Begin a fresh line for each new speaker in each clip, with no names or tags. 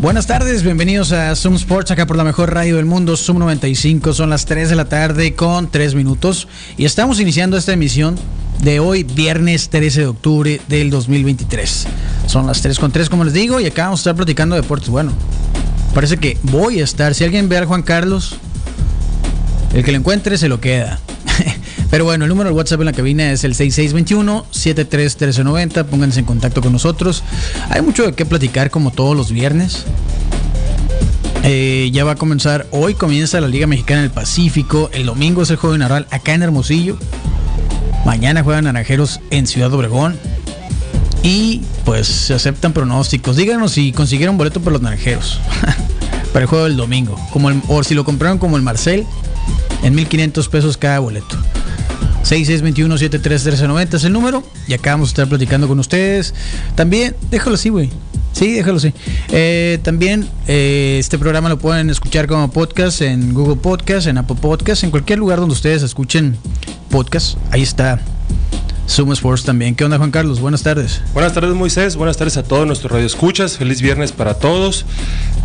Buenas tardes, bienvenidos a Zoom Sports, acá por la mejor radio del mundo, Zoom 95, son las 3 de la tarde con 3 minutos y estamos iniciando esta emisión de hoy, viernes 13 de octubre del 2023. Son las 3 con 3, como les digo, y acá vamos a estar platicando de deportes. Bueno, parece que voy a estar, si alguien ve al Juan Carlos, el que lo encuentre se lo queda. Pero bueno, el número del WhatsApp en la cabina es el 6621-731390. Pónganse en contacto con nosotros. Hay mucho de qué platicar como todos los viernes. Eh, ya va a comenzar, hoy comienza la Liga Mexicana del Pacífico. El domingo es el juego inaugural acá en Hermosillo. Mañana juegan Naranjeros en Ciudad Obregón. Y pues se aceptan pronósticos. Díganos si consiguieron boleto para los Naranjeros. para el juego del domingo. Como el, o si lo compraron como el Marcel. En 1500 pesos cada boleto. 6621-731390 es el número. Y acá vamos a estar platicando con ustedes. También, déjalo así, güey. Sí, déjalo así. Eh, también eh, este programa lo pueden escuchar como podcast en Google Podcast, en Apple Podcast, en cualquier lugar donde ustedes escuchen podcast. Ahí está Zoom Sports también. ¿Qué onda, Juan Carlos? Buenas tardes.
Buenas tardes Moisés, buenas tardes a todos nuestros radioescuchas, feliz viernes para todos.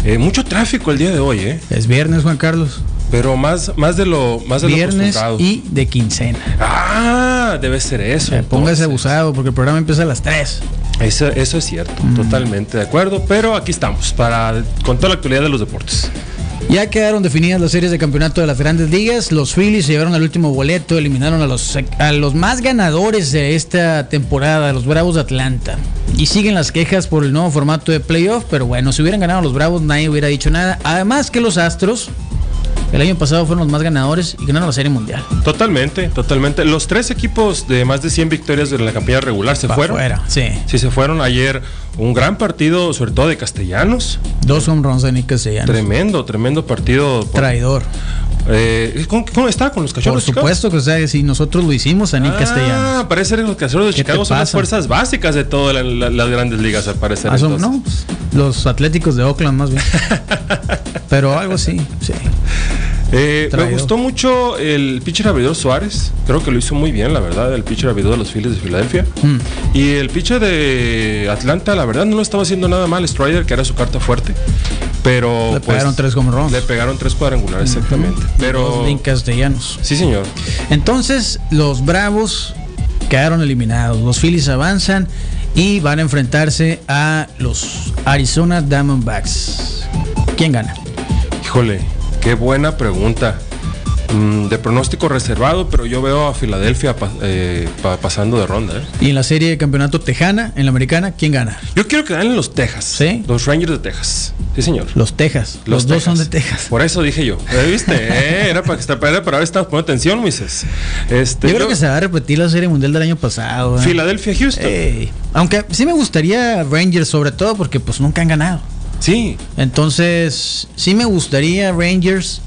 Eh, mucho tráfico el día de hoy, ¿eh?
Es viernes, Juan Carlos.
pero más, más de lo más de lo
Viernes
acostumbrado.
y de quincena.
Ah, debe ser eso.
Eh, Póngase
entonces.
abusado porque el programa empieza a las 3.
Eso, eso es cierto,
Mm.
totalmente de acuerdo, pero aquí estamos para con toda la actualidad de los deportes.
Ya quedaron definidas las series de campeonato de las grandes ligas. Los Phillies se llevaron al último boleto, eliminaron a los, a los más ganadores de esta temporada, los Bravos de Atlanta. Y siguen las quejas por el nuevo formato de playoff, pero bueno, si hubieran ganado los Bravos nadie hubiera dicho nada. Además que los Astros el año pasado fueron los más ganadores y ganaron la Serie Mundial.
Totalmente, totalmente. Los tres equipos de más de 100 victorias de la campaña regular se
Pa'
fueron.
fuera, sí.
Sí, se fueron ayer. Un gran partido, sobre todo de castellanos.
Dos home runs de Nick Castellanos.
Tremendo, tremendo partido. por-
Traidor.
Eh, ¿con- con- estaba con los
Por
cachorros? de Chicago?
supuesto que o sea, si nosotros lo hicimos a Nick Castellanos.
Ah, parece que los cachorros de
¿Qué te
Chicago son las
pasa?
fuerzas básicas de todas la- la- las grandes ligas, al parecer.
Ah, son-
entonces.
no, pues, los Atléticos de Oakland más bien. Pero algo así, sí.
Eh, me
Traidor.
gustó mucho el pitcher abridor Suárez. Creo que lo hizo muy bien, la verdad, el pitcher abridor de los Phillies de Filadelfia.
Mm.
Y el pitcher de Atlanta, la verdad, no lo estaba haciendo nada mal. Strider, que era su carta fuerte. Pero. pues,
Le pegaron tres home runs.
Le pegaron tres cuadrangulares, exactamente. Pero.
Los Link Castellanos.
Sí, señor.
Entonces, los Bravos quedaron eliminados. Los Phillies avanzan y van a enfrentarse a los Arizona Diamondbacks. ¿Quién gana?
Híjole, qué buena pregunta. Mm, de pronóstico reservado, pero yo veo a Filadelfia pa- eh, pa- pasando de ronda. ¿eh?
Y en la serie de campeonato tejana, en la americana, ¿quién gana?
Yo quiero que ganen los Texas.
¿Sí?
Los Rangers de Texas. Sí, señor.
Los Texas. Los, dos son de Texas.
Por eso dije yo. ¿Eh, ¿Viste? Eh, Era para que está para ahora estamos poniendo atención, Moisés. Este,
Yo creo que se va a repetir la serie mundial del año pasado. ¿eh?
Filadelfia, Houston.
Ey. Aunque sí me gustaría Rangers, sobre todo porque pues nunca han ganado.
Sí.
Entonces, sí me gustaría Rangers,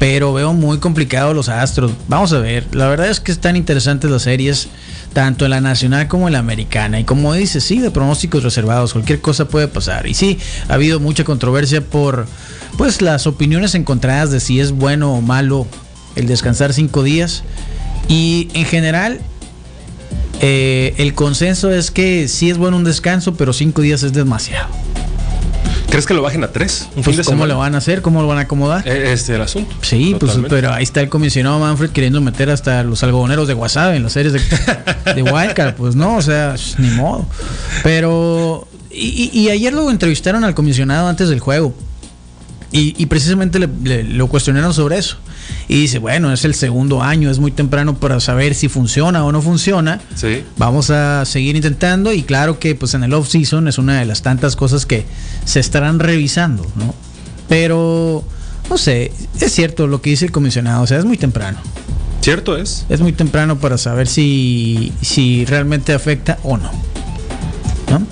pero veo muy complicado los Astros. Vamos a ver, la verdad es que están interesantes las series, tanto en la nacional como en la americana. Y como dices, sí, de pronósticos reservados, cualquier cosa puede pasar. Y sí, ha habido mucha controversia por pues las opiniones encontradas de si es bueno o malo el descansar cinco días. Y en general, eh, el consenso es que sí es bueno un descanso, pero cinco días es demasiado.
¿Crees que lo bajen a tres? Un
Pues,
fin de
¿Cómo
semana?
lo van a hacer? ¿Cómo lo van a acomodar?
Eh, Este el asunto.
sí, pues
Totalmente.
pero ahí está el comisionado Manfred queriendo meter hasta los algodoneros de WhatsApp en las series de, de Wildcard. Pues no, o sea, sh, ni modo. Pero. Y, y- y ayer lo entrevistaron al comisionado antes del juego. Y, y precisamente le, le- lo cuestionaron sobre eso. Y dice, bueno, es el segundo año, es muy temprano para saber si funciona o no funciona.
Sí.
Vamos a seguir intentando y claro que pues en el off season es una de las tantas cosas que se estarán revisando, ¿no? Pero no sé, es cierto lo que dice el comisionado, o sea, es muy temprano.
Cierto es.
Es muy temprano para saber si si realmente afecta o no. ¿no?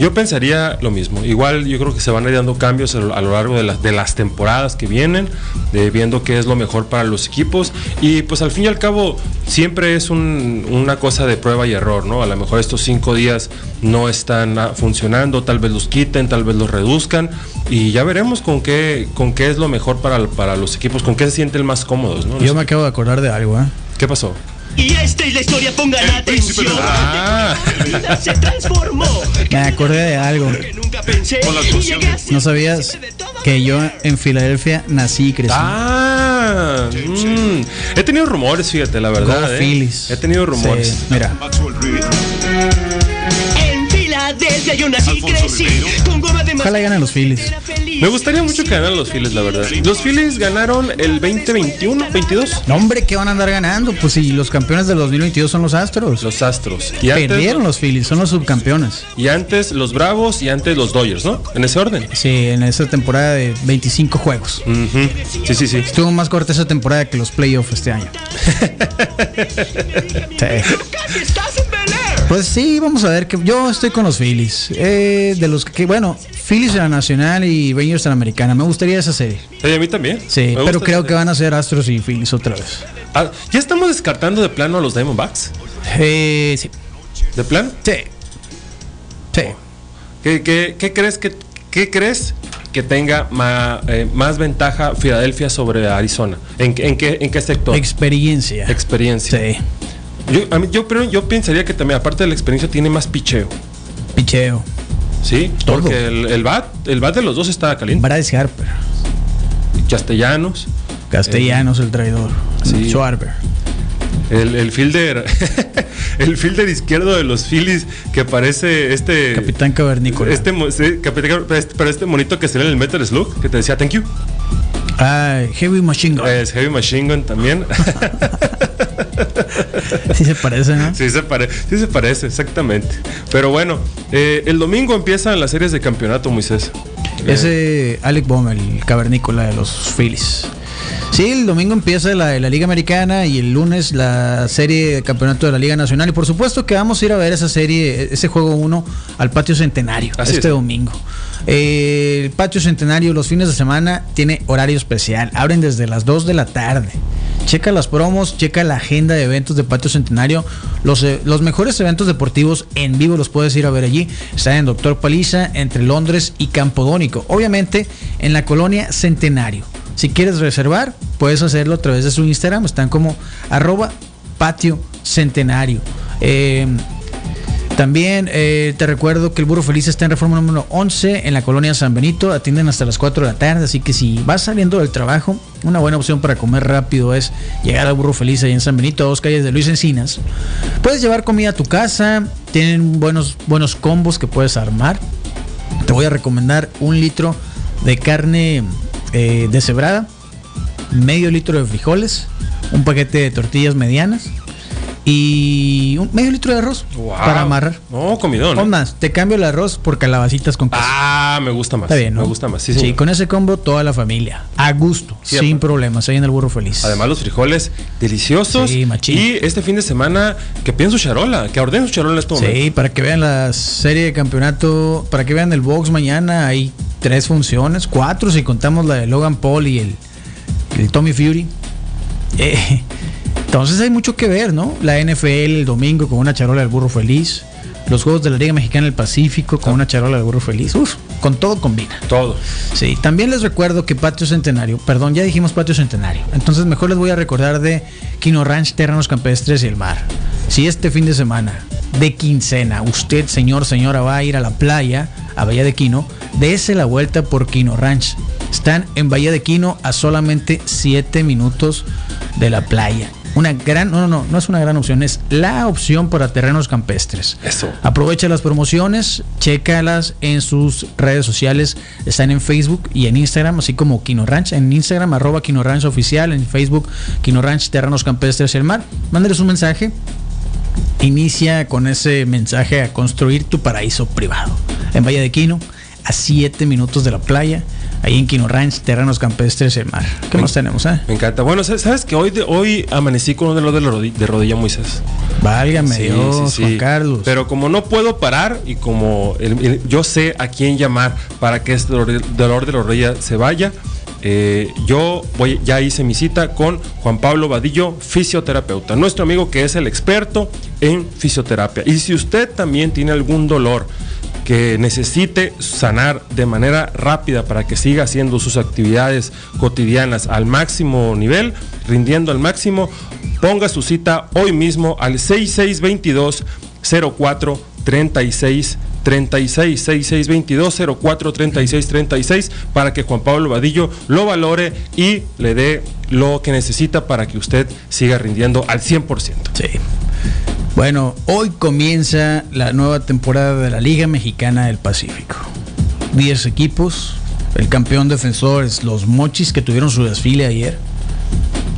Yo pensaría lo mismo. Igual yo creo que se van a ir dando cambios a lo, a lo largo de las, de las temporadas que vienen, de viendo qué es lo mejor para los equipos. Y pues al fin y al cabo siempre es un- una cosa de prueba y error, ¿no? A lo mejor estos cinco días no están ah, funcionando, tal vez los quiten, tal vez los reduzcan. Y ya veremos con qué, con qué es lo mejor para, para los equipos, con qué se sienten más cómodos, ¿no?
Yo me acabo de acordar de algo, ¿eh?
¿Qué pasó?
Y esta es la historia, pongan atención.
Ah,
Vida se transformó.
Me acordé de algo.
Que nunca pensé.
Con la
y
actuación
llegué a
de-
ser
¿No sabías
príncipe de todo
que yo
Miami?
en Filadelfia nací y crecí?
ah, mm. he tenido rumores, fíjate, la verdad.
Go
¿eh?
Phillies.
He tenido rumores.
Sí, mira,
Maxwell Ruiz,
En Filadelfia yo nací y
Alfonso
crecí.
Ribeiro.
Con goma de
Ojalá ganen los Phillies.
Era feliz.
Me gustaría mucho que ganaran los Phillies, la verdad. Los Phillies ganaron el 2021, 22.
no, hombre, ¿qué van a andar ganando? Pues si los campeones del 2022 son los Astros.
Los Astros. Y antes,
Perdieron los Phillies, son los subcampeones.
Y antes los Bravos y antes los Dodgers, ¿no? En ese orden.
Sí, en esa temporada de 25 juegos.
Ujú. Sí, sí, sí.
Estuvo más corta esa temporada que los playoffs este año. Sí.
Casi estás en Bel Air.
Pues sí, vamos a ver que yo estoy con los Phillies. Eh, de los que, bueno, Phillies en la nacional y Rangers en la americana. Me gustaría esa serie.
Sí, a mí también.
Sí,
Me
pero
gusta
creo
esa-
que van a ser Astros y Phillies otra vez.
Ah, ya estamos descartando de plano a los Diamondbacks.
Eh, sí,
¿De plano?
sí. Sí.
¿Qué, qué- qué crees que qué crees que tenga ma- eh, más ventaja Filadelfia sobre Arizona? ¿En, qué- en qué, en qué sector?
Experiencia.
Oh. experiencia.
Sí.
Yo, a mí- yo, pero yo pensaría que también, aparte de la experiencia, tiene más picheo.
Picheo.
Sí,
Todo.
porque el, el bat, el bat de los dos está caliente.
Bryce Harper.
Castellanos,
Castellanos, el traidor.
sí.
Schwarber.
el, el fielder, el fielder izquierdo de los Phillies que parece este
Capitán Cavernícola.
Este, mo- sí, capitán- pero este- pero este monito que sale en el Metal Slug que te decía thank you.
Ay, Ah, Heavy Machine Gun.
Es Heavy Machine Gun también.
Sí se parece, ¿no?
sí, se pare- sí se parece, exactamente. Pero bueno, eh, el domingo empiezan las series de campeonato, Moisés.
Ese Alec Bohm, el cavernícola de los Phillies. Sí, el domingo empieza la, la Liga Americana y el lunes la serie de campeonato de la Liga Nacional. Y por supuesto que vamos a ir a ver esa serie, e-, ese juego 1 al Patio Centenario
Así
este
es.
domingo. Eh, el Patio Centenario los fines de semana tiene horario especial. Abren desde las 2 de la tarde. Checa las promos, checa la agenda de eventos de Patio Centenario. Los, eh, los mejores eventos deportivos en vivo los puedes ir a ver allí. Están en Doctor Paliza, entre Londres y Campodónico. Obviamente en la colonia Centenario. Si quieres reservar, puedes hacerlo a través de su Instagram. Están como arroba patio centenario. Eh, también eh, te recuerdo que el Burro Feliz está en reforma número 11 en la colonia San Benito. Atienden hasta las 4 de la tarde. Así que si vas saliendo del trabajo, una buena opción para comer rápido es llegar al Burro Feliz ahí en San Benito, a dos calles de Luis Encinas. Puedes llevar comida a tu casa. Tienen buenos, buenos combos que puedes armar. Te voy a recomendar un litro de carne eh, deshebrada, medio litro de frijoles, un paquete de tortillas medianas y un medio litro de arroz
Wow.
para amarrar.
No, comidón.
O
¿eh?
más, te cambio el arroz por calabacitas con queso.
Ah, me gusta más.
Está bien, ¿no?
Me gusta más. Sí,
Sí,
señor.
con ese combo toda la familia. A gusto,
Sí,
sin
aparte.
problemas, ahí en el burro feliz.
Además los frijoles deliciosos.
Sí, machín.
y este fin de semana que piden su charola, que ordenen su charola en este momento.
Sí, para que vean la serie de campeonato, para que vean el box mañana, hay tres funciones, cuatro si contamos la de Logan Paul y el, el Tommy Fury. Eh, entonces hay mucho que ver, ¿no? La NFL el domingo con una charola del burro feliz, los juegos de la Liga Mexicana del Pacífico con una charola del burro feliz, uf, con todo combina.
Todo.
Sí, también les recuerdo que Patio Centenario, perdón, ya dijimos Patio Centenario, entonces mejor les voy a recordar de Quino Ranch, Terrenos Campestres y el Mar. Si este fin de semana, de quincena, usted, señor, señora, va a ir a la playa, a Bahía de Quino, dése la vuelta por Quino Ranch. Están en Bahía de Quino a solamente 7 minutos de la playa. Una gran, no, no, no, no es una gran opción, es la opción para terrenos campestres.
Eso.
Aprovecha las promociones, chécalas en sus redes sociales. Están en Facebook y en Instagram, así como Kino Ranch. En Instagram, arroba Kino Ranch Oficial. En Facebook, Kino Ranch Terranos Campestres y el Mar. Mándales un mensaje. Inicia con ese mensaje a construir tu paraíso privado. En Valle de Quino, a 7 minutos de la playa. ahí en Quino Ranch, terrenos campestres y el mar. ¿Qué
Me-
más tenemos, eh?
Me encanta. Bueno, ¿sabes, sabes que hoy, de- hoy amanecí con un dolor de, la rodi- de rodilla, Moisés?
Válgame
Sí,
Dios,
sí, sí.
Juan Carlos.
Pero como no puedo parar y como el- el- yo sé a quién llamar para que este dolor, dolor de la rodilla se vaya, eh, yo voy, ya hice mi cita con Juan Pablo Vadillo, fisioterapeuta, nuestro amigo que es el experto en fisioterapia. Y si usted también tiene algún dolor que necesite sanar de manera rápida para que siga haciendo sus actividades cotidianas al máximo nivel, rindiendo al máximo, ponga su cita hoy mismo al 6622 04 36 36 6622 04 36 36 para que Juan Pablo Vadillo lo valore y le dé lo que necesita para que usted siga rindiendo al 100%.
Sí. Bueno, hoy comienza la nueva temporada de la Liga Mexicana del Pacífico. 10 equipos, el campeón defensor es los Mochis que tuvieron su desfile ayer.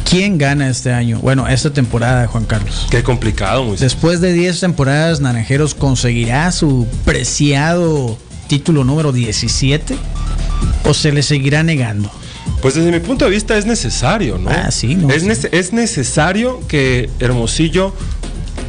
¿Quién gana este año? Bueno, esta temporada, Juan Carlos.
Qué complicado, Moisés.
Después de 10 temporadas, Naranjeros conseguirá su preciado título número 17 o se le seguirá negando.
Pues desde mi punto de vista es necesario, ¿no?
Ah, sí, no,
es,
sí.
nece- es necesario que Hermosillo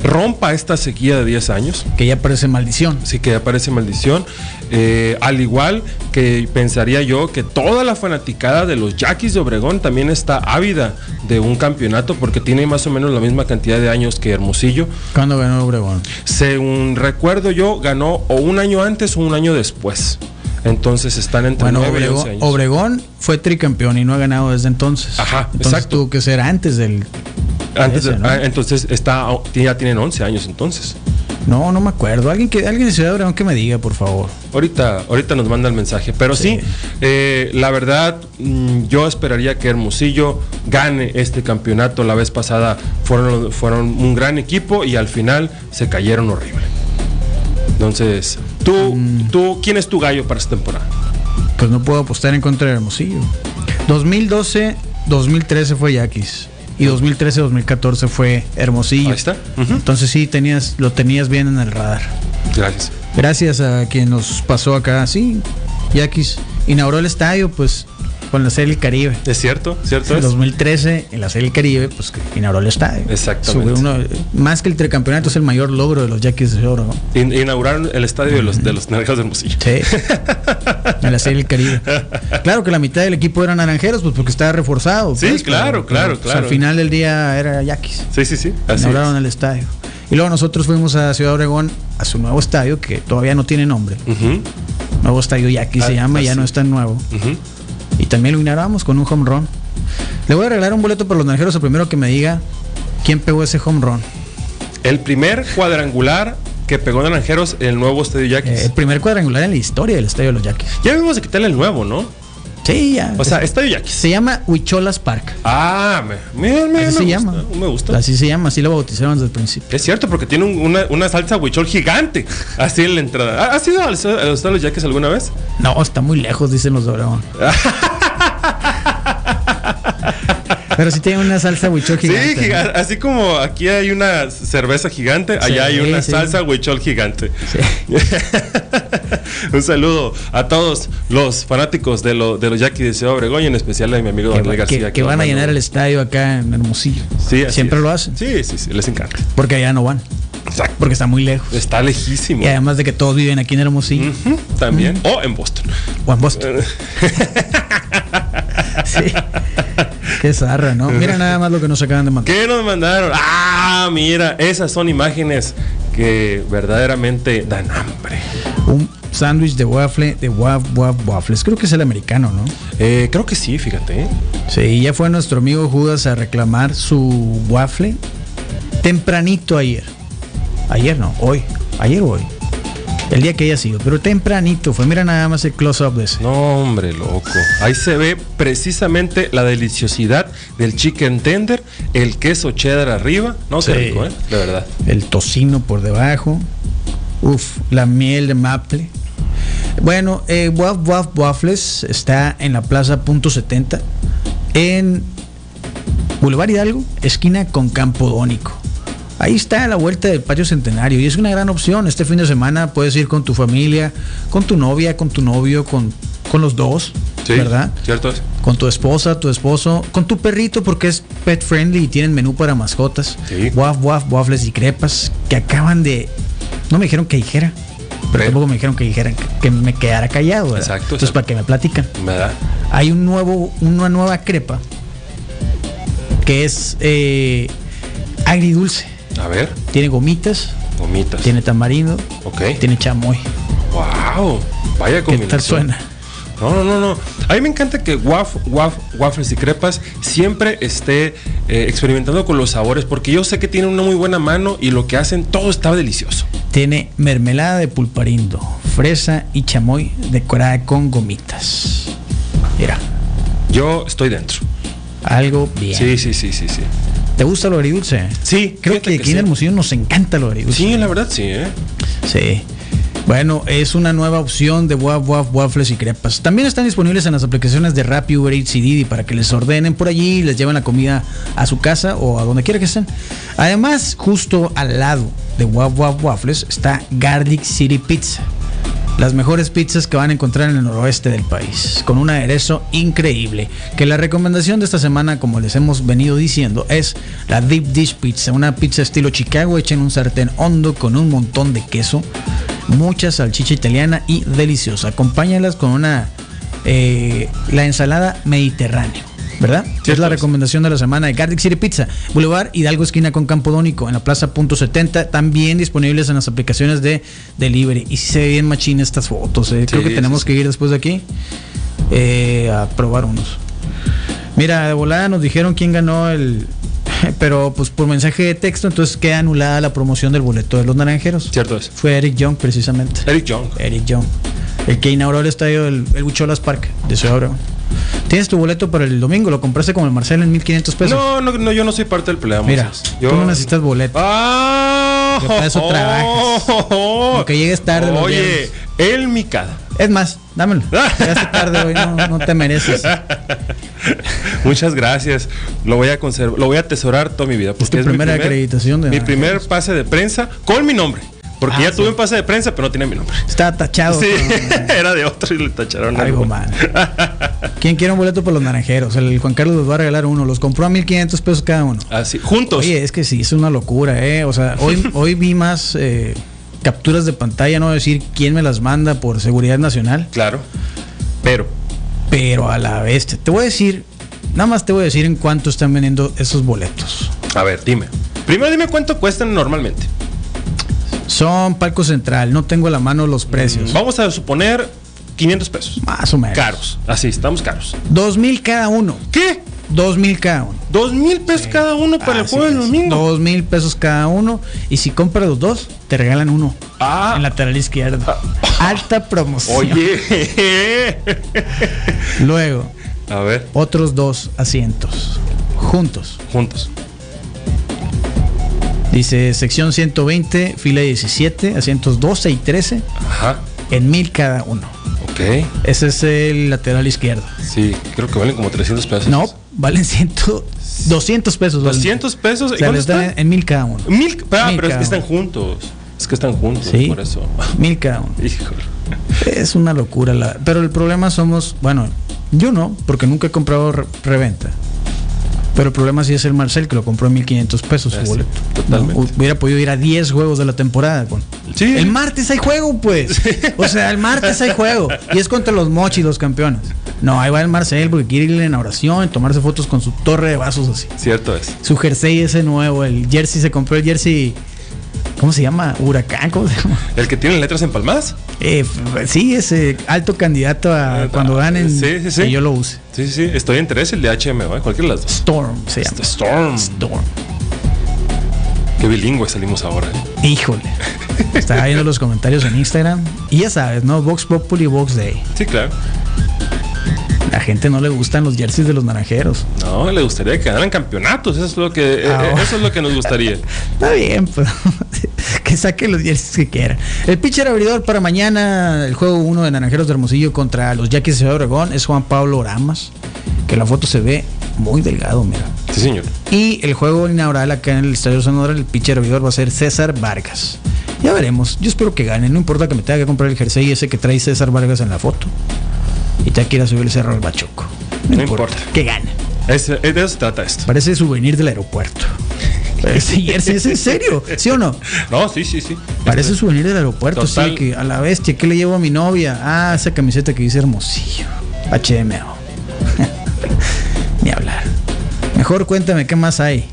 rompa esta sequía de 10 años.
Que ya parece maldición.
Así que aparece maldición. Eh, al igual que pensaría yo que toda la fanaticada de los Yaquis de Obregón también está ávida de un campeonato porque tiene más o menos la misma cantidad de años que Hermosillo.
¿Cuándo ganó Obregón?
Según recuerdo yo, ganó o un año antes o un año después. Entonces están entre
Bueno,
9 y
Obregón,
11 años.
Obregón fue tricampeón y no ha ganado desde entonces.
Ajá,
entonces
exacto.
tuvo que ser antes del.
Antes de-
ese, ¿no?
ah, entonces está, ya tienen 11 años entonces.
No, no me acuerdo. Alguien que alguien de Ciudad de Obregón que me diga, por favor.
Ahorita, ahorita nos manda el mensaje. Pero sí,
Sí.
eh, la verdad, mm, yo esperaría que Hermosillo gane este campeonato. La vez pasada fueron, fueron un gran equipo y al final se cayeron horrible. Entonces, tú,
Mm.
tú, ¿quién es tu gallo para esta temporada?
Pues no puedo apostar en contra de Hermosillo. 2012, 2013 fue Yaquis. Y 2013-2014 fue Hermosillo.
Ahí está. Ujú.
Entonces sí, tenías, lo tenías bien en el radar.
Gracias.
Gracias a quien nos pasó acá. Sí, Yaquis inauguró el estadio, pues, con la Serie del Caribe.
¿Es cierto? ¿Cierto
En
es?
2013, en la Serie del Caribe, pues que inauguró el estadio.
Exactamente.
Su- uno- más que el tricampeonato, es el mayor logro de los Yaquis de Oro. ¿no?
In- inauguraron el estadio de los, de los Naranjeros de Hermosillo.
Sí. en la Serie del Caribe. Claro que la mitad del equipo eran naranjeros, pues porque estaba reforzado.
Sí,
pues,
claro, claro,
pues,
claro.
al final del día era Yaquis.
Sí, sí, sí. Así es.
inauguraron el estadio. Y luego nosotros fuimos a Ciudad Obregón a su nuevo estadio, que todavía no tiene nombre.
Ujú,
Nuevo estadio Yaquis se
Ah,
llama, ya
así.
no es tan nuevo.
ujú.
Y también lo inauguramos con un home run. Le voy a regalar un boleto para los naranjeros, el primero que me diga quién pegó ese home run.
El primer cuadrangular que pegó Naranjeros en el nuevo estadio Yaquis.
Eh, el primer cuadrangular en la historia del Estadio de los Yaquis.
Ya vimos de quitarle el nuevo, ¿no?
Sí, ya.
O sea, Estadio Yaquis.
se llama Huicholas Park.
Ah, me, me,
Así se
me- me gusta,
llama.
me gusta.
Así se llama, así lo bautizaron desde el principio.
Es cierto, porque tiene un- una, una salsa huichol gigante. Así en la entrada. ¿Ha- ¿Has ido al a los Estadio Yaquis alguna vez?
No, está muy lejos, dicen los de Obregón. Pero sí tiene una salsa huichol gigante.
sí, giga- así como aquí hay una cerveza gigante,
Sí,
allá hay una
sí.
salsa huichol gigante.
Sí.
un saludo a todos los fanáticos de, lo, de los Yaquis de Ciudad Obregón y en especial a mi amigo
¿no?
Daniel
Que,
García.
que van a
nos
llenar
mandó-
el estadio acá en Hermosillo.
Sí, así
Siempre
es.
lo hacen.
Sí, sí, sí, les encanta.
Porque allá no van.
Exacto.
Porque está muy lejos.
Está lejísimo.
Y además de que todos viven aquí en Hermosillo
Ujú, También. O en Boston.
o en Boston. sí. Qué zarra, ¿no? Mira nada más lo que nos acaban de mandar.
¿Qué nos mandaron? Ah, mira, esas son imágenes que verdaderamente dan hambre.
Un sándwich de waffle, de waf, waf, waffles. Creo que es el americano, ¿no?
Eh, creo que sí, fíjate. ¿eh?
Sí, ya fue nuestro amigo Judas a reclamar su waffle tempranito ayer. Ayer no, hoy. Ayer o hoy. El día que haya sido, pero tempranito fue. Mira nada más el close-up de ese.
No, hombre, loco. Ahí se ve precisamente la deliciosidad del chicken tender, el queso cheddar arriba. No, qué
Sí.
rico, ¿eh? De verdad.
El tocino por debajo. Uf, la miel de maple. Bueno, eh, Waf Waf Waffles está en la plaza punto 70 en Boulevard Hidalgo, esquina con Campodónico. Ahí está a la vuelta del patio centenario y es una gran opción. Este fin de semana puedes ir con tu familia, con tu novia, con tu novio, con, con los dos.
Sí,
¿verdad?
¿Cierto es?
Con tu esposa, tu esposo, con tu perrito porque es pet friendly y tienen menú para mascotas.
Sí.
Waf, waf, waffles y crepas que acaban de... No me dijeron que dijera, pero
Pero-
tampoco me dijeron que dijera que me quedara callado. ¿verdad?
Exacto,
Entonces,
exacto.
para que me platican.
¿Verdad?
Hay un nuevo, una nueva crepa que es eh, agridulce.
A ver,
Tiene gomitas,
gomitas.
tiene tamarindo,
Ok.
tiene chamoy.
Wow, vaya
¿Qué tal
combinación.
suena?
No, no, no, no. A mí me encanta que Waf, Waf, Waffles y Crepas siempre esté eh, experimentando con los sabores, porque yo sé que tienen una muy buena mano y lo que hacen todo está delicioso.
Tiene mermelada de pulparindo, fresa y chamoy decorada con gomitas. Mira,
Yo estoy dentro.
algo bien.
Sí, sí, sí, sí, sí.
¿Te gusta lo agridulce?
Sí,
Creo
fíjate
que aquí en
sí.
Hermosillo nos encanta lo agridulce.
Sí, la verdad sí, ¿eh?
Sí. Bueno, es una nueva opción de Waf Waf Waffles y Crepas. También están disponibles en las aplicaciones de Rappi, Uber Eats y Didi para que les ordenen por allí y les lleven la comida a su casa o a donde quiera que estén. Además, justo al lado de Waf Waf Waffles está Garlic City Pizza. Las mejores pizzas que van a encontrar en el noroeste del país, con un aderezo increíble. Que la recomendación de esta semana, como les hemos venido diciendo, es la Deep Dish Pizza, una pizza estilo Chicago hecha en un sartén hondo con un montón de queso, mucha salchicha italiana y deliciosa. Acompáñalas con una eh, la ensalada mediterránea, ¿verdad? es la
pues.
recomendación de la semana de Garlic City Pizza, Boulevard Hidalgo esquina con Campodónico en la Plaza Punto 70, también disponibles en las aplicaciones de delivery. Y si se ven machín estas fotos, eh. creo
Sí,
que tenemos
sí,
que ir después de aquí eh, a probar unos. Mira, de volada nos dijeron quién ganó el pero pues por mensaje de texto, entonces queda anulada la promoción del boleto de los naranjeros.
Cierto es.
Fue Eric Young precisamente.
Eric Young.
Eric Young, el que inauguró el estadio del el Huicholas Park de Ciudad Obregón. Tienes tu boleto para el domingo, lo compraste con el Marcelo en 1500 pesos.
No, no, no, yo no soy parte del problema.
Pues Mira,
Moisés.
tú no necesitas boleto.
¡Ah!
Que para eso trabajas. Aunque llegues tarde los
Oye,
viernes.
el Micada.
Es más, dámelo. Llegaste tarde hoy, no, no te mereces.
Muchas gracias. Lo voy a conservar, lo voy a atesorar toda mi vida. Porque
tu primera acreditación de
Mi
Naranjeros.
primer pase de prensa con mi nombre. Porque
Ah,
ya
sí. Ah,
tuve un pase de prensa, pero no tiene mi nombre.
Está tachado.
Sí,
con-
era de otro y le tacharon
Algo
algo.
mal. ¿Quién quiere un boleto para los naranjeros? El Juan Carlos les va a regalar uno. Los compró a 1500 pesos cada uno.
Así, juntos.
Oye, es que sí, es una locura, ¿eh? O sea, hoy, hoy vi más eh, capturas de pantalla, no voy a decir quién me las manda por seguridad nacional,
Claro. Pero,
pero a la bestia. Te voy a decir, nada más te voy a decir en cuánto están vendiendo esos boletos.
a ver, dime. Primero dime cuánto cuestan normalmente.
Son Palco Central, no tengo a la mano los precios.
Vamos a suponer 500 pesos.
Más o menos.
Mm. Caros. Así, estamos caros.
Dos mil cada uno.
¿Qué?
Dos mil cada uno.
¿Dos mil pesos cada uno para el juego del domingo?
Dos mil pesos cada uno. Y si compras los dos, te regalan uno.
Ah.
En lateral izquierdo. Alta promoción.
Oye.
Luego,
a ver,
otros dos asientos. Juntos.
juntos.
Dice sección 120, fila 17, asientos 12 y 13,
Ajá.
en mil cada uno.
Ok.
Ese es el lateral izquierdo.
Sí, creo que valen como 300 pesos.
No, valen 100, 200 pesos. valen.
200 pesos.
O
¿Y
sea,
cuánto
los dan
están?
en mil cada uno.
Mil, ah,
Mil
pero es
cada
que están
uno.
juntos. Es que están juntos,
Sí.
por eso.
Mil cada uno.
Híjole.
Es una locura, la- pero el problema somos, bueno, yo no, porque nunca he comprado re- reventa. Pero el problema sí es el Marcel, que lo compró en 1500 pesos su
Ah, sí,
boleto.
totalmente.
No, Hubiera podido ir a 10 juegos de la temporada. con-
Sí.
El martes hay juego, pues. O sea, el martes hay juego. Y es contra los mochis, los campeones. No, ahí va el Marcel porque quiere ir a la inauguración, tomarse fotos con su torre de vasos así.
Cierto es.
Su jersey ese nuevo, el jersey, se compró el jersey. ¿Cómo se llama? Huracán, ¿cómo se llama?
¿El que tiene letras empalmadas?
Eh, f- sí, es eh, alto candidato a
Ah,
cuando ganen
sí, sí, sí.
que yo lo use.
Sí, sí, sí. Estoy entre ese y el de HMO, ¿eh? cualquiera de las dos. Este
Storm se llama.
Storm.
Storm.
Qué bilingüe salimos ahora. ¿eh?
Híjole. Estaba viendo los comentarios en Instagram. Y ya sabes, ¿no? Vox Populi, Vox Day.
Sí, claro.
La gente no le gustan los jerseys de los naranjeros.
No, le gustaría que ganaran campeonatos. Eso es lo que, eh,
Ah,
eh,
bueno.
eso es lo que nos gustaría.
Está bien, pero que saque los jerseys que quiera. El pitcher abridor para mañana, el juego 1 de Naranjeros de Hermosillo contra los Yaquis de Ciudad Obregón, es Juan Pablo Oramas. Que en la foto se ve muy delgado, mira.
Sí, señor.
Y el juego inaugural acá en el Estadio Sonora, el pitcher abridor va a ser César Vargas. Ya veremos. Yo espero que gane. No importa que me tenga que comprar el jersey ese que trae César Vargas en la foto. Y te quiera subir ese error Bachoco. No,
No
importa.
importa.
Que gane.
Es- es de eso se trata esto.
Parece souvenir del aeropuerto.
Eh.
Sí, es, es en serio, ¿sí o no?
No, sí, sí, sí.
Parece
Este,
souvenir del aeropuerto, sí,
Total.
que a la bestia, ¿qué le llevo a mi novia? Ah, esa camiseta que dice hermosillo. HMO. Ni hablar. Mejor cuéntame qué más hay.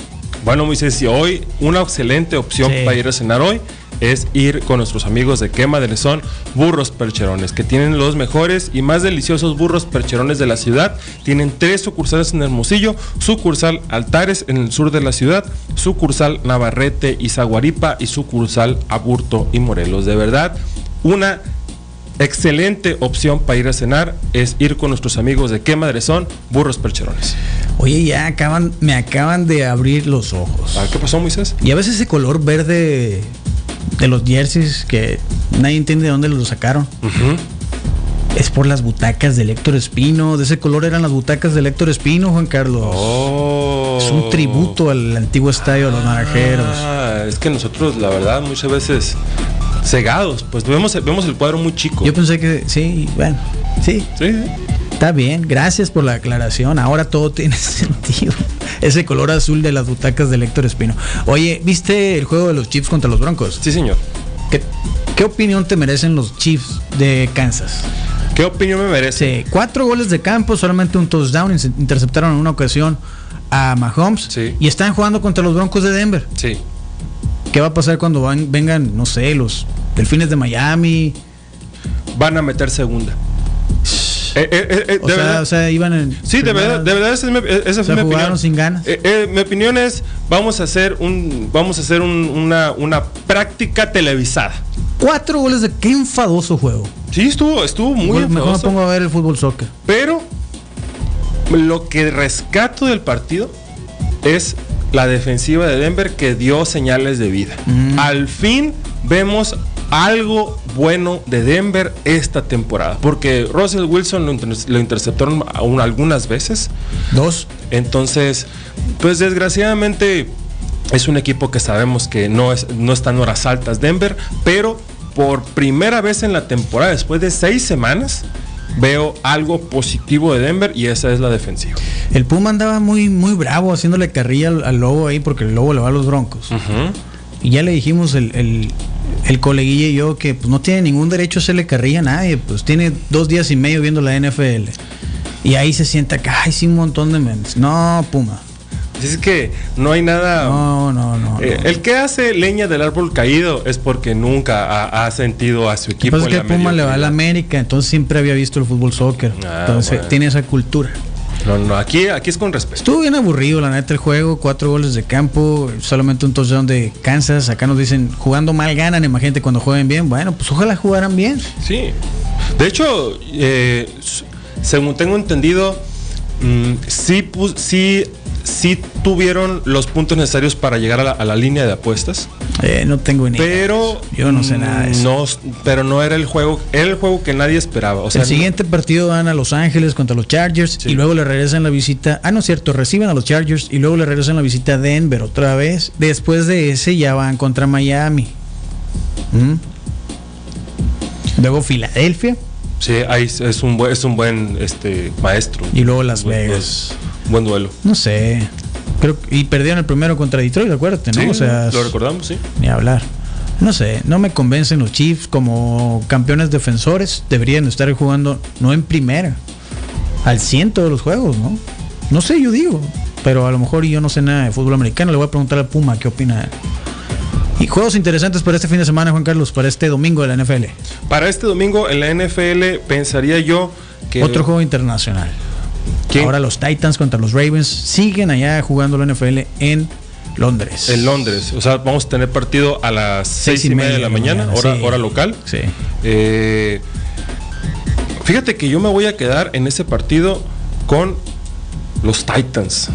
Bueno, Moisés, y hoy una excelente opción
Sí.
para ir a cenar hoy es ir con nuestros amigos de Quema del Son Burros Percherones, que tienen los mejores y más deliciosos burros percherones de la ciudad. Tienen tres sucursales en Hermosillo, sucursal Altares en el sur de la ciudad, sucursal Navarrete y Zaguaripa y sucursal Aburto y Morelos. De verdad, una excelente opción para ir a cenar es ir con nuestros amigos de Quema del Son Burros Percherones.
Oye, ya acaban, me acaban de abrir los ojos.
Ah, ¿Qué pasó, Moisés?
Y a veces ese color verde de los jerseys que nadie entiende de dónde lo sacaron.
Ujú.
Es por las butacas de Héctor Espino. De ese color eran las butacas de Héctor Espino, Juan Carlos.
Oh.
Es un tributo al antiguo estadio de los naranjeros.
Ah, es que nosotros, la verdad, muchas veces cegados, pues vemos, vemos el cuadro muy chico.
Yo pensé que sí, bueno, sí,
Sí, sí.
está bien. Gracias por la aclaración. Ahora todo tiene sentido. Ese color azul de las butacas de Héctor Espino. Oye, ¿viste el juego de los Chiefs contra los Broncos?
Sí, señor.
¿Qué, qué opinión te merecen los Chiefs de Kansas?
¿Qué opinión me merece?
Sí, cuatro goles de campo, solamente un touchdown. in- Interceptaron en una ocasión a Mahomes.
Sí.
Y están jugando contra los Broncos de Denver.
Sí.
¿Qué va a pasar cuando van, vengan, no sé, los Delfines de Miami?
Van a meter segunda. Eh, eh, eh, eh,
O
de
sea,
verdad.
o sea, iban en.
Sí, de verdad, de verdad, esa es mi, esa es
Se
mi
jugaron
opinión.
sin ganas.
Eh, eh, mi opinión es, vamos a hacer un, vamos a hacer un- una, una práctica televisada.
Cuatro goles de qué enfadoso juego.
Sí, estuvo, estuvo muy
Mejor me
enfadoso.
pongo a ver el fútbol soccer.
Pero lo que rescato del partido es la defensiva de Denver que dio señales de vida. Al fin vemos algo bueno de Denver esta temporada. Porque Russell Wilson lo, inter- lo interceptaron aún algunas veces.
Dos.
Entonces, pues desgraciadamente es un equipo que sabemos que no, es, no está en horas altas Denver, pero por primera vez en la temporada, después de seis semanas, veo algo positivo de Denver y esa es la defensiva.
El Puma andaba muy, muy bravo haciéndole carrilla al, al lobo ahí porque el lobo le va a los broncos. Y ya le dijimos el, el, el coleguilla y yo que pues, no tiene ningún derecho a hacerle carrilla a nadie. Pues tiene dos días y medio viendo la NFL. Y ahí se sienta que, ay, sí, un montón de mentes. No, Puma.
Así es que no hay nada...
No, no, no.
Ah. Eh,
no.
el que hace leña del árbol caído es porque nunca ha, ha sentido a
Lo
su
que
equipo.
pasa Pues es que
en
el Puma le va a la América, entonces siempre había visto el fútbol soccer.
Ah,
entonces
bueno.
tiene esa cultura.
mediocridad. No, no, aquí, aquí es con respeto.
Estuvo bien aburrido, la neta, el juego. Cuatro goles de campo, solamente un touchdown de Kansas. Acá nos dicen, jugando mal ganan, imagínate cuando jueguen bien. Bueno, pues ojalá jugaran bien.
Sí. De hecho, eh, s- según tengo entendido, mm, sí, pus- sí, sí tuvieron los puntos necesarios para llegar a la, a la línea de apuestas,
Eh, no tengo ni idea.
pero
Yo no sé nada de eso.
No, pero no era el juego, era el juego que nadie esperaba. O sea,
el siguiente partido van a Los Ángeles contra los Chargers
Sí.
y luego le regresan la visita. Ah, no es cierto, reciben a los Chargers y luego le regresan la visita a Denver otra vez. Después de ese ya van contra Miami. ¿Mm? Luego Filadelfia
sí, ahí es- es un buen, es un buen este maestro.
y luego Las
Buen-
Vegas.
buen- Buen duelo.
No sé. Creo que- y perdieron el primero contra Detroit, acuérdate, ¿no?
Sí,
o sea,
lo recordamos, sí.
ni hablar. No sé, no me convencen los Chiefs como campeones defensores. Deberían estar jugando no en primera, al ciento de los juegos, ¿no? No sé, yo digo. Pero a lo mejor yo no sé nada de fútbol americano. Le voy a preguntar al Puma qué opina. él. Y juegos interesantes para este fin de semana, Juan Carlos, para este domingo de la NFL.
Para este domingo en la NFL pensaría yo que
Otro juego internacional.
¿Quién?
Ahora los Titans contra los Ravens siguen allá jugando la NFL en Londres.
En Londres, o sea, vamos a tener partido a las seis, y media de la mañana, hora,
sí.
hora local.
Sí.
Eh, fíjate que yo me voy a quedar en ese partido con los Titans,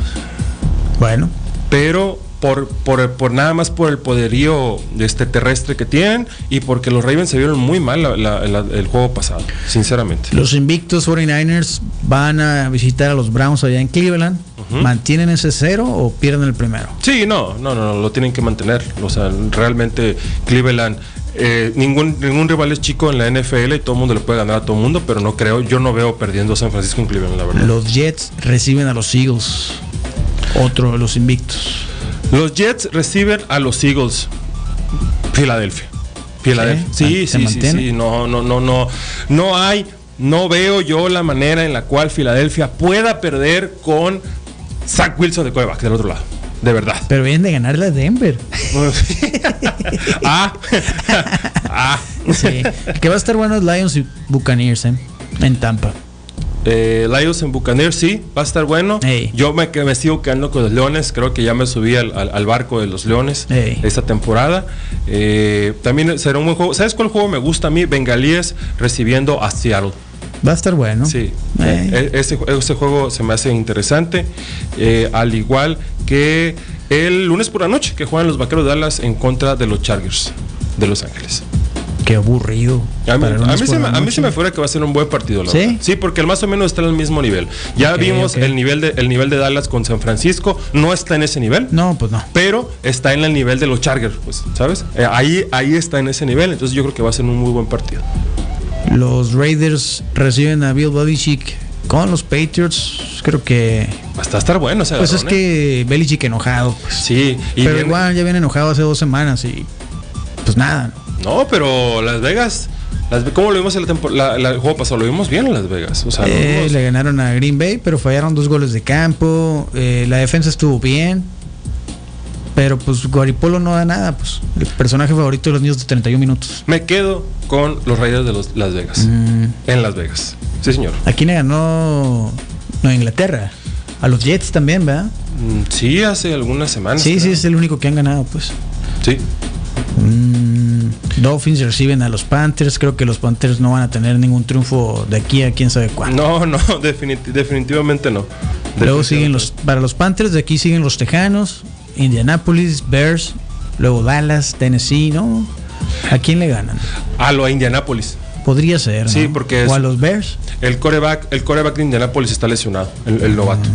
Bueno,
pero por, por, por nada más por el poderío este terrestre que tienen y porque los Ravens se vieron muy mal la- la- la- el juego pasado, sinceramente.
los invictos 49ers van a visitar a los Browns allá en Cleveland. ¿Mantienen ese cero o pierden el primero?
Sí, no, no, no, no, lo tienen que mantener. O sea, realmente Cleveland eh, ningún, ningún rival es chico en la NFL y todo el mundo le puede ganar a todo el mundo, pero no creo, yo no veo perdiendo a San Francisco en Cleveland, la verdad.
Los Jets reciben a los Eagles. Otro de los invictos.
Los Jets reciben a los Eagles. Filadelfia. Filadelfia.
¿Sí?
Sí,
¿Se
sí, sí,
mantiene?
sí. No, no, no, no. No hay, no veo yo la manera en la cual Filadelfia pueda perder con Zach Wilson de coreback del otro lado. De verdad.
Pero vienen de ganarle a Denver.
ah. ah.
Sí. El que va a estar bueno es Lions y Buccaneers, ¿eh? En Tampa.
Eh, Lions en Buccaneers, sí, va a estar bueno.
Ey.
Yo me, que- me sigo quedando con los Leones, creo que ya me subí al, al- al barco de los Leones
Ey.
esta temporada. Eh, también será un buen juego. ¿Sabes cuál juego me gusta a mí? Bengalíes recibiendo a Seattle.
Va a estar bueno.
Sí,
Eh.
E- ese, ese juego se me hace interesante, eh, al igual que el lunes por la noche que juegan los Vaqueros de Dallas en contra de los Chargers de Los Ángeles.
Qué aburrido.
eh. A mí,
Para
a
lunes
mí
por
se me,
la
a mí
noche.
se me fuera que va a ser un buen partido, la
¿Sí?
verdad. Sí, porque el más o menos está en el mismo nivel. Ya
Ok,
vimos
ok.
El, nivel de, el nivel de Dallas con San Francisco, no está en ese nivel.
No, pues no.
Pero está en el nivel de los Chargers, pues, ¿sabes? Eh, ahí, ahí está en ese nivel, entonces yo creo que va a ser un muy buen partido.
Los Raiders reciben a Bill Belichick con los Patriots. Creo que.
Hasta estar bueno, ese
Pues es
agarrón, ¿eh?
que Belichick enojado. pues.
Sí, y
Pero
viene-
igual ya viene enojado hace dos semanas y. Pues nada.
No, pero Las Vegas, Las, Ve- ¿cómo lo vimos en la temporada? El juego pasado, lo vimos bien en Las Vegas. O sea, lo
Eh,
vimos-
le ganaron a Green Bay, pero fallaron dos goles de campo. eh, la defensa estuvo bien. Pero pues Guaripolo no da nada, pues. El personaje favorito de los niños de 31 minutos.
me quedo con los Raiders de los- Las Vegas.
Mm,
En Las Vegas. Sí, señor.
¿A quién le ganó Nueva Inglaterra? A los Jets también, ¿verdad?
Mm, Sí, hace algunas semanas.
Sí, sí,
creo.
es el único que han ganado, pues.
Sí.
Mm, Dolphins reciben a los Panthers. Creo que los Panthers no van a tener ningún triunfo de aquí a quién sabe cuándo.
No, no, definit- definitivamente no.
Luego
Definitivamente.
siguen los para los Panthers de aquí siguen los Tejanos, Indianapolis, Bears, luego Dallas, Tennessee, ¿no? ¿A quién le ganan?
A Ah, lo a Indianápolis.
Podría ser, ¿no?
Sí, porque es-
o a los Bears.
El coreback, el coreback de Indianápolis está lesionado, el, el novato.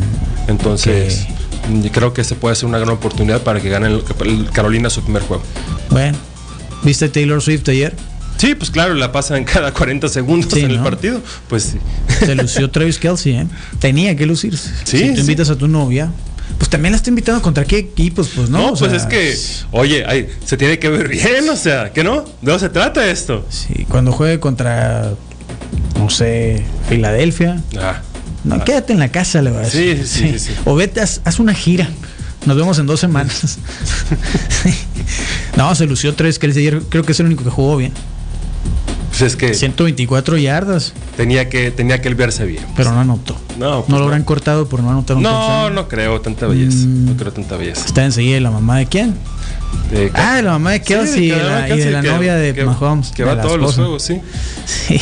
Entonces, mm, creo que se puede hacer una gran oportunidad para que gane el- el Carolina su primer juego.
Bueno, ¿viste a Taylor Swift ayer?
Sí, pues claro, la pasan cada 40 segundos
Sí,
en el
¿no?
partido. Pues sí.
Se lució Travis Kelsey, ¿eh? Tenía que lucirse.
Sí,
si tú
sí.
invitas a tu novia, pues también la está invitando contra qué equipos, pues no.
No,
O
pues
sea,
es que, oye, ay, se tiene que ver bien, o sea, ¿qué no? ¿De dónde se trata esto?
Sí, cuando juegue contra, no sé, Filadelfia.
Ah,
No, quédate en la casa, le va a
Sí,
decir.
sí, sí, sí.
O vete, haz, haz una gira. Nos vemos en dos semanas. Sí. no, se lució tres, que ayer creo que es el único que jugó bien.
pues es que
124 yardas,
tenía que tenía que verse bien.
pero no anotó.
No, pues
no lo
no.
habrán cortado por no anotar un Mm.
No,
touchdown.
no creo tanta belleza. No creo tanta belleza.
Está enseguida de la mamá de quién?
Eh,
Ah, de la mamá de
sí,
Kelsey
que
y de la, y de
Kelsey,
la
que-
novia de
que-
Mahomes.
Que
de
va a
la
todos los
esposa.
juegos, sí.
Sí.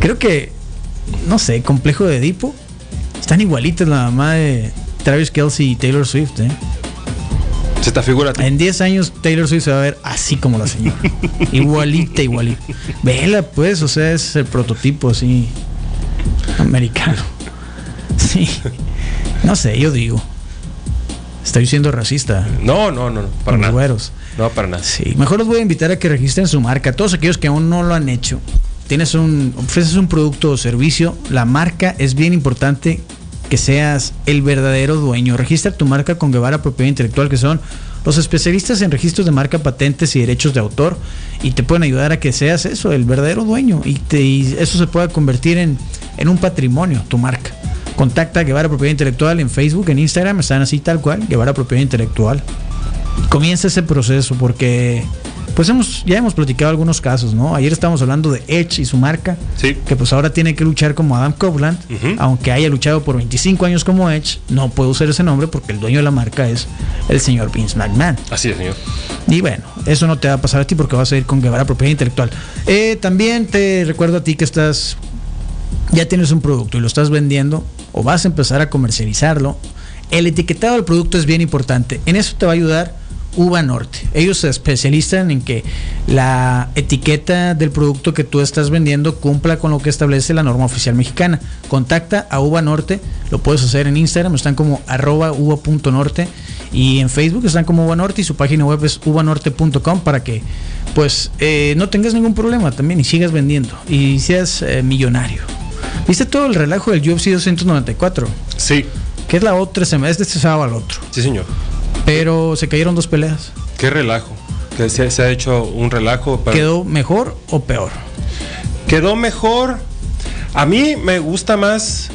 Creo que, no sé, complejo de Edipo. Están igualitas la mamá de Travis Kelsey y Taylor Swift, ¿eh?
Se te figura.
En 10 años Taylor Swift se va a ver así como la señora. igualita, igualita. Vela, pues, o sea, es el prototipo así americano. Sí. No sé, yo digo. Estoy siendo racista.
No, no, no, no, para
con los
nada.
güeros.
No, para nada.
Sí, mejor los voy a invitar a que registren su marca. Todos aquellos que aún no lo han hecho, tienes un, ofreces un producto o servicio, la marca es bien importante que seas el verdadero dueño. Registra tu marca con Guevara Propiedad Intelectual, que son los especialistas en registros de marca, patentes y derechos de autor, y te pueden ayudar a que seas eso, el verdadero dueño, y, te- y eso se pueda convertir en, en un patrimonio, tu marca. Contacta a Guevara Propiedad Intelectual en Facebook, en Instagram, están así tal cual, Guevara Propiedad Intelectual comienza ese proceso porque pues hemos ya hemos platicado algunos casos, ¿no? Ayer estábamos hablando de Edge y su marca,
Sí.
que pues ahora tiene que luchar como Adam Copeland,
Ujú.
aunque haya luchado por 25 años como Edge, no puede usar ese nombre porque el dueño de la marca es el señor Vince McMahon.
Así es, señor.
Y bueno, eso no te va a pasar a ti porque vas a ir con Guevara propiedad intelectual. Eh, también te recuerdo a ti que estás, ya tienes un producto y lo estás vendiendo o vas a empezar a comercializarlo. El etiquetado del producto es bien importante. En eso te va a ayudar Uva Norte. Ellos se especializan en que la etiqueta del producto que tú estás vendiendo cumpla con lo que establece la norma oficial mexicana. Contacta a Uva Norte, lo puedes hacer en Instagram, están como arroba uva.norte Y en Facebook están como Ubanorte y su página web es ubanorte.com para que pues eh, no tengas ningún problema también y sigas vendiendo y seas eh, millonario. ¿Viste todo el relajo del UFC 294?
Sí,
Que es la otra semana, es de este sábado al otro.
sí, señor.
Pero se cayeron dos peleas.
Qué relajo. Que se, se ha hecho un relajo. para-
¿Quedó mejor o peor?
quedó mejor. A mí me gusta más.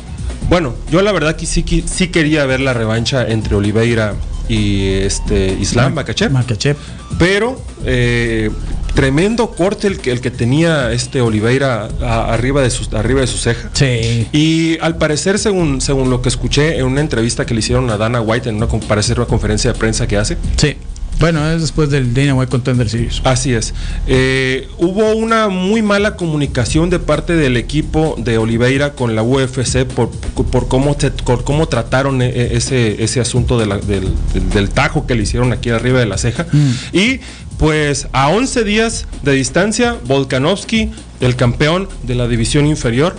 Bueno, yo la verdad que sí, que- sí quería ver la revancha entre Oliveira y este Islam Makachev.
Makachev.
Pero eh, tremendo corte el que, el que tenía este Oliveira a- arriba, de sus arriba de su ceja.
Sí.
Y al parecer, según, según lo que escuché en una entrevista que le hicieron a Dana White en una, con- parecer una conferencia de prensa que hace,
Sí. Bueno, es después del Dana White Contender Series.
Así es. Eh, hubo una muy mala comunicación de parte del equipo de Oliveira con la UFC por, por cómo, se- por cómo trataron e- e- ese, ese asunto de la- del, del- del tajo que le hicieron aquí arriba de la ceja.
Mm.
Y pues a 11 días de distancia, Volkanovski, el campeón de la división inferior,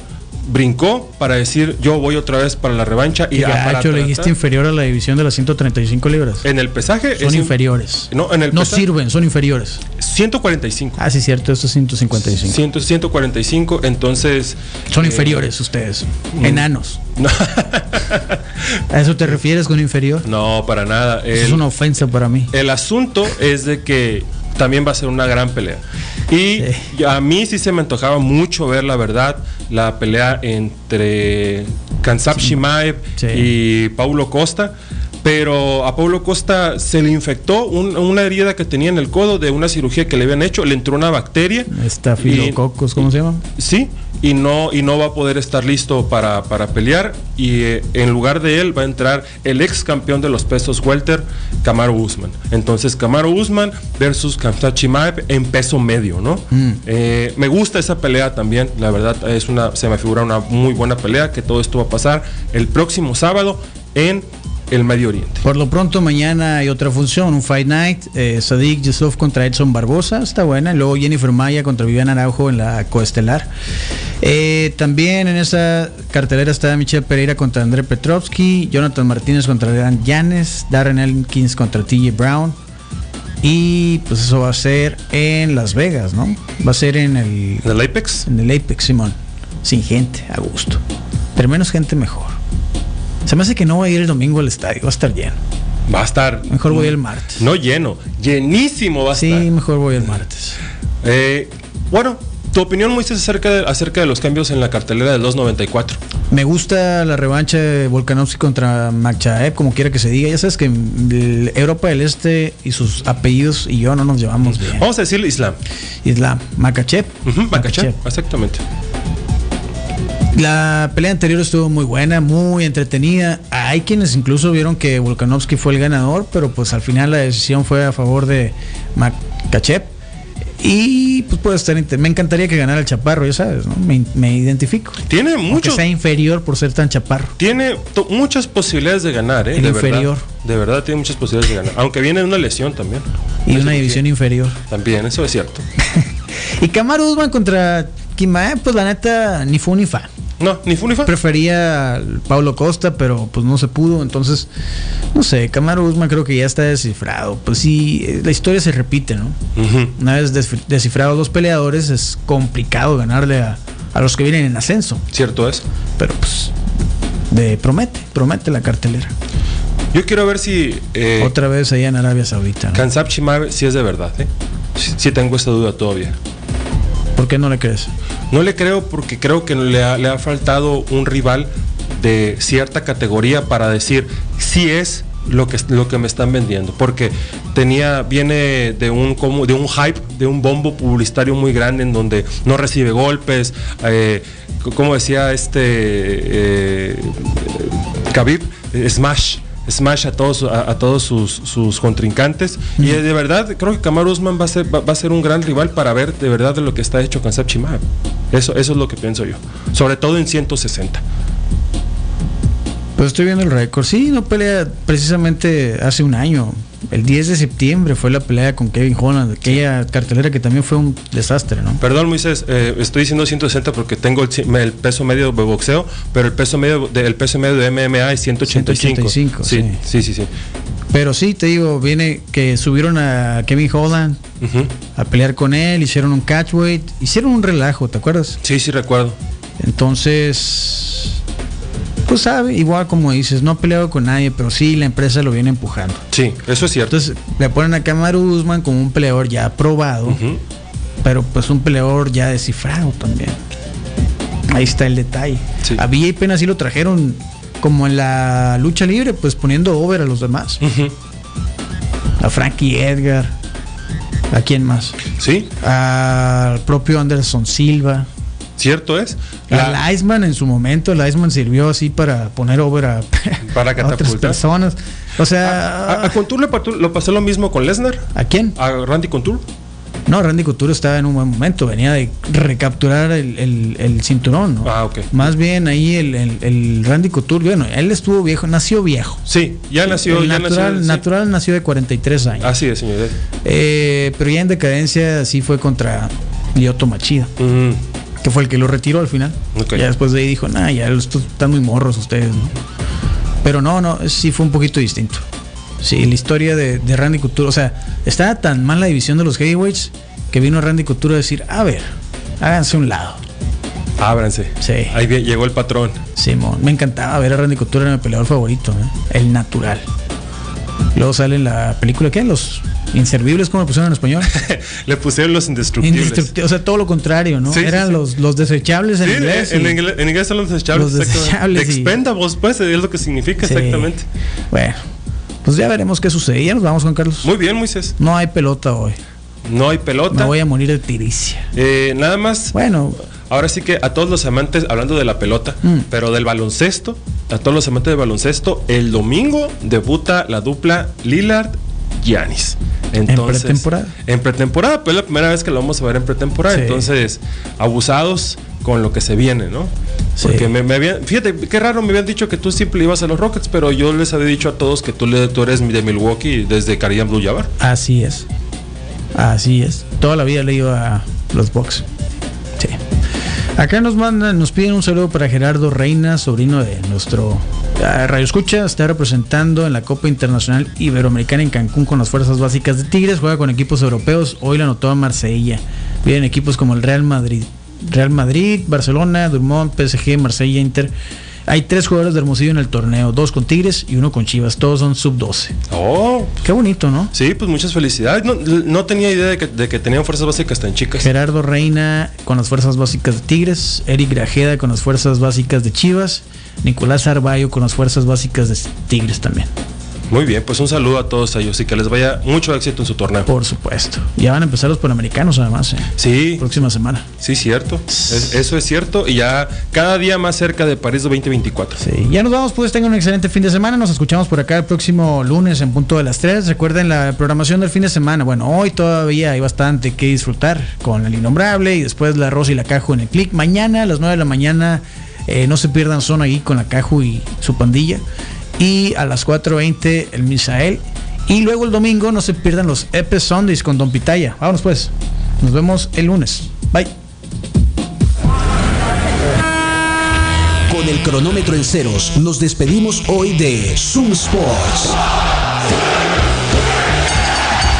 brincó para decir yo voy otra vez para la revancha y
Y
a- para
gacho le
tratar-
dijiste inferior a la división de las 135 libras.
en el pesaje
Son
es in-
inferiores.
No, en el
No
pesa-
sirven, son inferiores.
145.
Ah, sí, cierto, esto es 155.
100, 145, entonces...
Son
eh,
inferiores ustedes.
Mm.
Enanos.
No,
¿A eso te refieres con inferior?
no, para nada.
Eso es
El-
una ofensa para mí.
El asunto es de que también va a ser una gran pelea. Y
Sí.
a mí sí se me antojaba mucho ver, la verdad, la pelea entre Kansap Shimaev
Sí.
y Paulo Costa. Pero a Paulo Costa se le infectó un- una herida que tenía en el codo de una cirugía que le habían hecho. Le entró una bacteria. y-
Estafilococos, ¿cómo se llama?
Sí, y no, y no va a poder estar listo para, para pelear. Y eh, en lugar de él va a entrar el ex campeón de los pesos welter, Camaro Usman. Entonces, Camaro Usman versus Khamzat Chimaev en peso medio, ¿no? Eh, me gusta esa pelea también, la verdad, es una, se me figura una muy buena pelea, que todo esto va a pasar el próximo sábado en el Medio Oriente.
Por lo pronto, mañana hay otra función, un Fight Night. Eh, Sadik Yusuf contra Edson Barbosa, está buena. Y luego Jennifer Maya contra Viviana Araujo en la coestelar. Eh, también en esa cartelera está Michelle Pereira contra André Petrovsky, Jonathan Martínez contra Dan Yanes, Darren Elkins contra TJ Brown. Y pues eso va a ser en Las Vegas, ¿no? Va a ser en el,
¿En el Apex?
en el Apex, Simón. Sin gente, a gusto. Entre menos gente, mejor. Se me hace que no voy a ir el domingo al estadio, va a estar lleno.
Va a estar...
Mejor voy el martes.
No lleno, llenísimo va a
sí,
estar.
mejor voy el martes.
Eh, bueno, tu opinión, Moisés, acerca de, acerca de los cambios en la cartelera del 294.
Me gusta la revancha de Volkanovski contra Makhachev, como quiera que se diga. Ya sabes que el Europa del Este y sus apellidos y yo no nos llevamos bien.
Vamos a decirle Islam.
Islam, Makhachev.
Ujú, Makachev, Exactamente.
La pelea anterior estuvo muy buena, muy entretenida. Hay quienes incluso vieron que Volkanovski fue el ganador, pero pues al final la decisión fue a favor de Makachev. Y pues puede estar. inter- Me encantaría que ganara el chaparro, ya sabes, ¿no? Me, me identifico.
Tiene
Mucho.
muchos,
sea inferior por ser tan chaparro.
tiene to- muchas posibilidades de ganar, ¿eh?
El
de
inferior.
Verdad, de verdad tiene muchas posibilidades de ganar. Aunque viene de una lesión también.
Y
Eso
una
sí,
división inferior.
También, eso es cierto.
Y Kamaru Usman contra Kimae, pues la neta, ni fue ni fa.
No, ni Funifa.
Prefería al Pablo Costa, pero pues no se pudo. Entonces, no sé, Kamaru Usman creo que ya está descifrado. Pues sí, eh, la historia se repite, ¿no? Una vez desf- descifrados los peleadores, es complicado ganarle a, a los que vienen en ascenso.
Cierto es.
Pero pues, de- promete, promete la cartelera.
Yo quiero ver si eh,
Otra vez allá en Arabia Saudita. ¿no?
Kansap Chimaev si es de verdad, ¿eh? Si, si tengo esta duda todavía.
¿Por qué no le crees?
No le creo porque creo que le ha, le ha faltado un rival de cierta categoría para decir si es lo que, lo que me están vendiendo. Porque tenía, viene de un, como, de un hype, de un bombo publicitario muy grande en donde no recibe golpes. eh, c- como decía este eh, Khabib, eh, Smash. Smash a todos, a, a todos sus, sus contrincantes. Y eh, de verdad, creo que Kamaru Usman va a, ser, va, va a ser un gran rival para ver de verdad de lo que está hecho Kansap Chimaev. Eso, eso es lo que pienso yo. Sobre todo en 160.
Pues estoy viendo el récord. Sí, no pelea precisamente hace un año. El 10 de septiembre fue la pelea con Kevin Holland, aquella cartelera que también fue un desastre, ¿no?
Perdón, Moisés, eh, estoy diciendo 160 porque tengo el, ci- el peso medio de boxeo, pero el peso medio de, el peso medio de MMA es 185.
185,
sí,
sí.
sí, sí, sí.
Pero sí, te digo, viene que subieron a Kevin Holland
Ujú.
a pelear con él, hicieron un catchweight, hicieron un relajo, ¿te acuerdas?
Sí, sí, recuerdo.
Entonces, pues sabe, igual como dices, no ha peleado con nadie, pero sí la empresa lo viene empujando.
Sí, eso es cierto.
Entonces le ponen a Kamaru Usman como un peleador ya probado,
Ujú.
pero pues un peleador ya descifrado también. Ahí está el detalle.
Sí.
A y apenas sí lo trajeron como en la lucha libre, pues poniendo over a los demás.
Ujú.
A Frankie Edgar. ¿A quién más?
Sí,
Al propio Anderson Silva.
cierto es. La-
Al Iceman en su momento, el Iceman sirvió así para poner over a,
Para
a otras
catapultar. Ah,
personas. O sea,
a, a- a Contur le, patu- lo pasó lo mismo con Lesnar,
¿a quién?
a Randy Contur.
No, Randy Couture estaba en un buen momento, venía de recapturar el, el- el cinturón. ¿no?
Ah, ok.
Más bien ahí el, el- el Randy Couture, bueno, él estuvo viejo, nació viejo.
Sí, ya nació.
El
ya
natural,
nació sí. Ah,
natural nació de 43 años.
Así es, señor.
Eh, pero ya en decadencia sí fue contra Lyoto Machida,
Mm,
que fue el que lo retiró al final.
Ok.
Ya después de ahí dijo, nah, ya estos están muy morros ustedes. ¿no?". Pero no, no, sí fue un poquito distinto. Sí, la historia de, de Randy Couture, o sea, estaba tan mal la división de los heavyweights que vino Randy Couture a decir, a ver, háganse un lado.
ábranse.
Sí.
Ahí vi- llegó el patrón.
Simón, me encantaba ver a Randy Couture era mi peleador favorito, ¿eh? el natural. Luego sale en la película, ¿qué? Los inservibles, como lo pusieron en español.
le pusieron los indestructibles.
Indestructible, O sea, todo lo contrario, ¿no?
Sí, sí,
Eran
sí.
Los, los desechables en
Sí,
inglés.
en,
y-
ingle- en inglés son los desechables.
Los
exactamente.
desechables y-
Expendables, pues, es lo que significa
Sí.
exactamente.
Bueno, pues ya veremos qué sucede. Ya nos vamos, Juan Carlos.
Muy bien, Moisés.
No hay pelota hoy.
No hay
Me
pelota.
voy a morir de tiricia.
Eh, nada más,
Bueno,
ahora sí que a todos los amantes, hablando de la pelota,
Mm.
pero del baloncesto, a todos los amantes del baloncesto, el domingo debuta la dupla Lillard Giannis. Entonces,
pretemporada.
En pretemporada, pues es la primera vez que lo vamos a ver en pretemporada.
Sí.
Entonces, abusados con lo que se viene, ¿no?
Sí.
Porque me, me habían, fíjate, qué raro, me habían dicho que tú siempre ibas a los Rockets, pero yo les había dicho a todos que tú, le, tú eres de Milwaukee desde Karim Blue Jabbar.
así es. Así es. Toda la vida le iba a los box. Sí. Acá nos mandan, nos piden un saludo para Gerardo Reina, sobrino de nuestro ah, Radio Escucha. Está representando en la Copa Internacional Iberoamericana en Cancún con las fuerzas básicas de Tigres. Juega con equipos europeos. Hoy la anotó a Marsella. Vienen equipos como el Real Madrid, Real Madrid, Barcelona, Dumont, PSG, Marsella, Inter. Hay tres jugadores de Hermosillo en el torneo, dos con Tigres y uno con Chivas. Todos son sub 12.
Oh,
Qué bonito, ¿no?
sí, pues muchas felicidades. No, no tenía idea de que, de que tenían fuerzas básicas tan chicas.
Gerardo Reina con las fuerzas básicas de Tigres, Eric Grajeda con las fuerzas básicas de Chivas, Nicolás Arbayo con las fuerzas básicas de Tigres también,
Muy bien, pues un saludo a todos ellos y que les vaya mucho éxito en su torneo.
por supuesto. Ya van a empezar los Panamericanos además, ¿eh?
Sí,
próxima semana.
sí, cierto. Es- eso es cierto y ya cada día más cerca de París 2024.
Sí, ya nos vamos, pues tengan un excelente fin de semana. Nos escuchamos por acá el próximo lunes en punto de las 3. Recuerden la programación del fin de semana. Bueno, hoy todavía hay bastante que disfrutar con el Innombrable y después la Rosa y la Cajo en el click. Mañana a las 9 de la mañana eh, no se pierdan zona ahí con la Cajo y su pandilla. Y a las 4.20 el Misael. Y luego el domingo no se pierdan los Epe Sundays con Don Pitaya. Vámonos pues. Nos vemos el lunes. Bye.
Con el cronómetro en ceros, nos despedimos hoy de Zoom Sports.